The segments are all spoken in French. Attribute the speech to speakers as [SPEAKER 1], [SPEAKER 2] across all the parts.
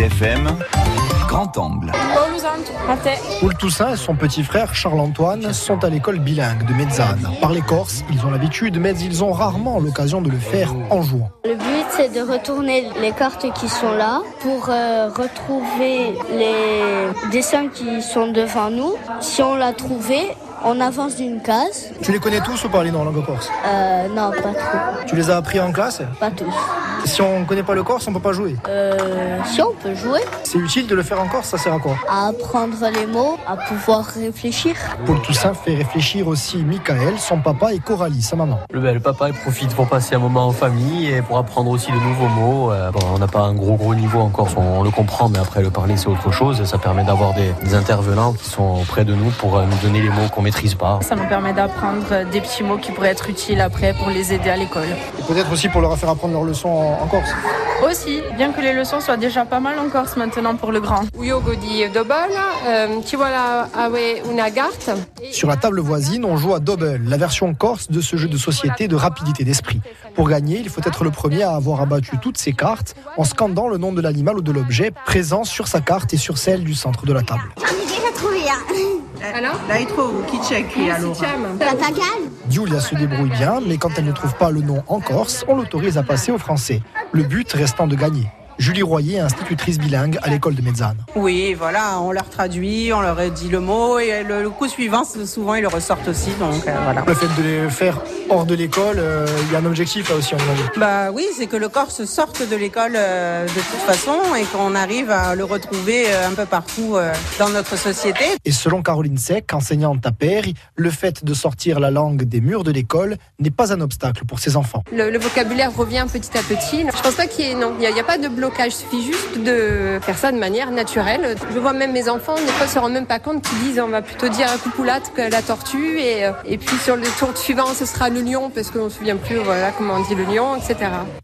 [SPEAKER 1] CFM, Grand Angle.
[SPEAKER 2] Ah,
[SPEAKER 3] Paul Toussaint et son petit frère Charles-Antoine sont à l'école bilingue de Mezzane. Par les Corses, ils ont l'habitude, mais ils ont rarement l'occasion de le faire en jouant.
[SPEAKER 4] Le but, c'est de retourner les cartes qui sont là pour euh, retrouver les dessins qui sont devant nous. Si on l'a trouvé, on avance d'une case.
[SPEAKER 3] Tu les connais tous ou pas les noms en langue corse
[SPEAKER 4] Euh, non, pas trop.
[SPEAKER 3] Tu les as appris en classe
[SPEAKER 4] Pas tous.
[SPEAKER 3] Si on ne connaît pas le corse, on peut pas jouer.
[SPEAKER 4] Euh, si on peut jouer,
[SPEAKER 3] C'est utile de le faire en corse, ça sert à quoi
[SPEAKER 4] à apprendre les mots, à pouvoir réfléchir.
[SPEAKER 3] Paul Toussaint fait réfléchir aussi Michael, son papa, et Coralie, sa maman.
[SPEAKER 5] Le, ben, le papa il profite pour passer un moment en famille et pour apprendre aussi de nouveaux mots. Euh, bon, on n'a pas un gros gros niveau encore, on, on le comprend, mais après le parler c'est autre chose. Ça permet d'avoir des, des intervenants qui sont auprès de nous pour euh, nous donner les mots qu'on maîtrise pas.
[SPEAKER 2] Ça nous permet d'apprendre euh, des petits mots qui pourraient être utiles après pour les aider à l'école.
[SPEAKER 3] Et peut-être aussi pour leur faire apprendre leurs leçons en, en corse.
[SPEAKER 2] Aussi, bien que les leçons soient déjà pas mal en Corse maintenant pour le grand.
[SPEAKER 6] Uyogo di Dobol, euh, ci vuole avere una carta.
[SPEAKER 3] Sur la table voisine, on joue à Double, la version corse de ce jeu de société de rapidité d'esprit. Pour gagner, il faut être le premier à avoir abattu toutes ses cartes en scandant le nom de l'animal ou de l'objet présent sur sa carte et sur celle du centre de la table.
[SPEAKER 6] Alors
[SPEAKER 7] Dai trovo chi c'è qui allora?
[SPEAKER 6] Siamo.
[SPEAKER 3] Julia se débrouille bien, mais quand elle ne trouve pas le nom en Corse, on l'autorise à passer au français, le but restant de gagner. Julie Royer est institutrice bilingue à l'école de Mezzane.
[SPEAKER 7] Oui, voilà, on leur traduit, on leur dit le mot et le, le coup suivant, c'est- souvent ils le ressortent aussi, donc euh, voilà.
[SPEAKER 3] Le fait de les faire hors de l'école, euh, il y a un objectif là aussi, on imagine.
[SPEAKER 7] Bah oui, c'est que le corse sorte de l'école euh, de toute façon et qu'on arrive à le retrouver euh, un peu partout euh, dans notre société.
[SPEAKER 3] Et selon Caroline Seck, enseignante à Perry, le fait de sortir la langue des murs de l'école n'est pas un obstacle pour ses enfants.
[SPEAKER 6] Le, le vocabulaire revient petit à petit. Je pense pas qu'il y ait non. Il n'y a, il y a pas de blocage. Il suffit juste de faire ça de manière naturelle. Je vois même mes enfants, des fois, se rendent même pas compte qu'ils disent on va plutôt dire la coupoulate que la tortue. Et, euh, et puis sur le tour suivant, ce sera le lion parce qu'on ne se souvient plus voilà, comment on dit le lion, etc.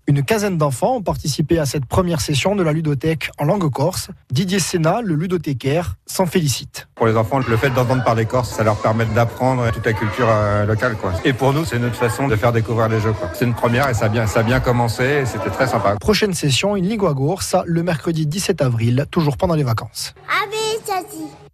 [SPEAKER 3] Une quinzaine d'enfants ont participé à cette première session de la ludothèque en langue corse. Didier Sénat, le ludothécaire, s'en félicite.
[SPEAKER 8] Pour les enfants, le fait d'entendre parler corse, ça leur permet d'apprendre toute la culture euh, locale. Quoi. Et pour nous, c'est notre façon de faire découvrir les jeux. quoi. C'est une première et ça a bien, ça a bien commencé et c'était très sympa.
[SPEAKER 3] Prochaine session, in lingua corsa, le mercredi 17 avril, toujours pendant les vacances.
[SPEAKER 4] Ah, mais ça, si.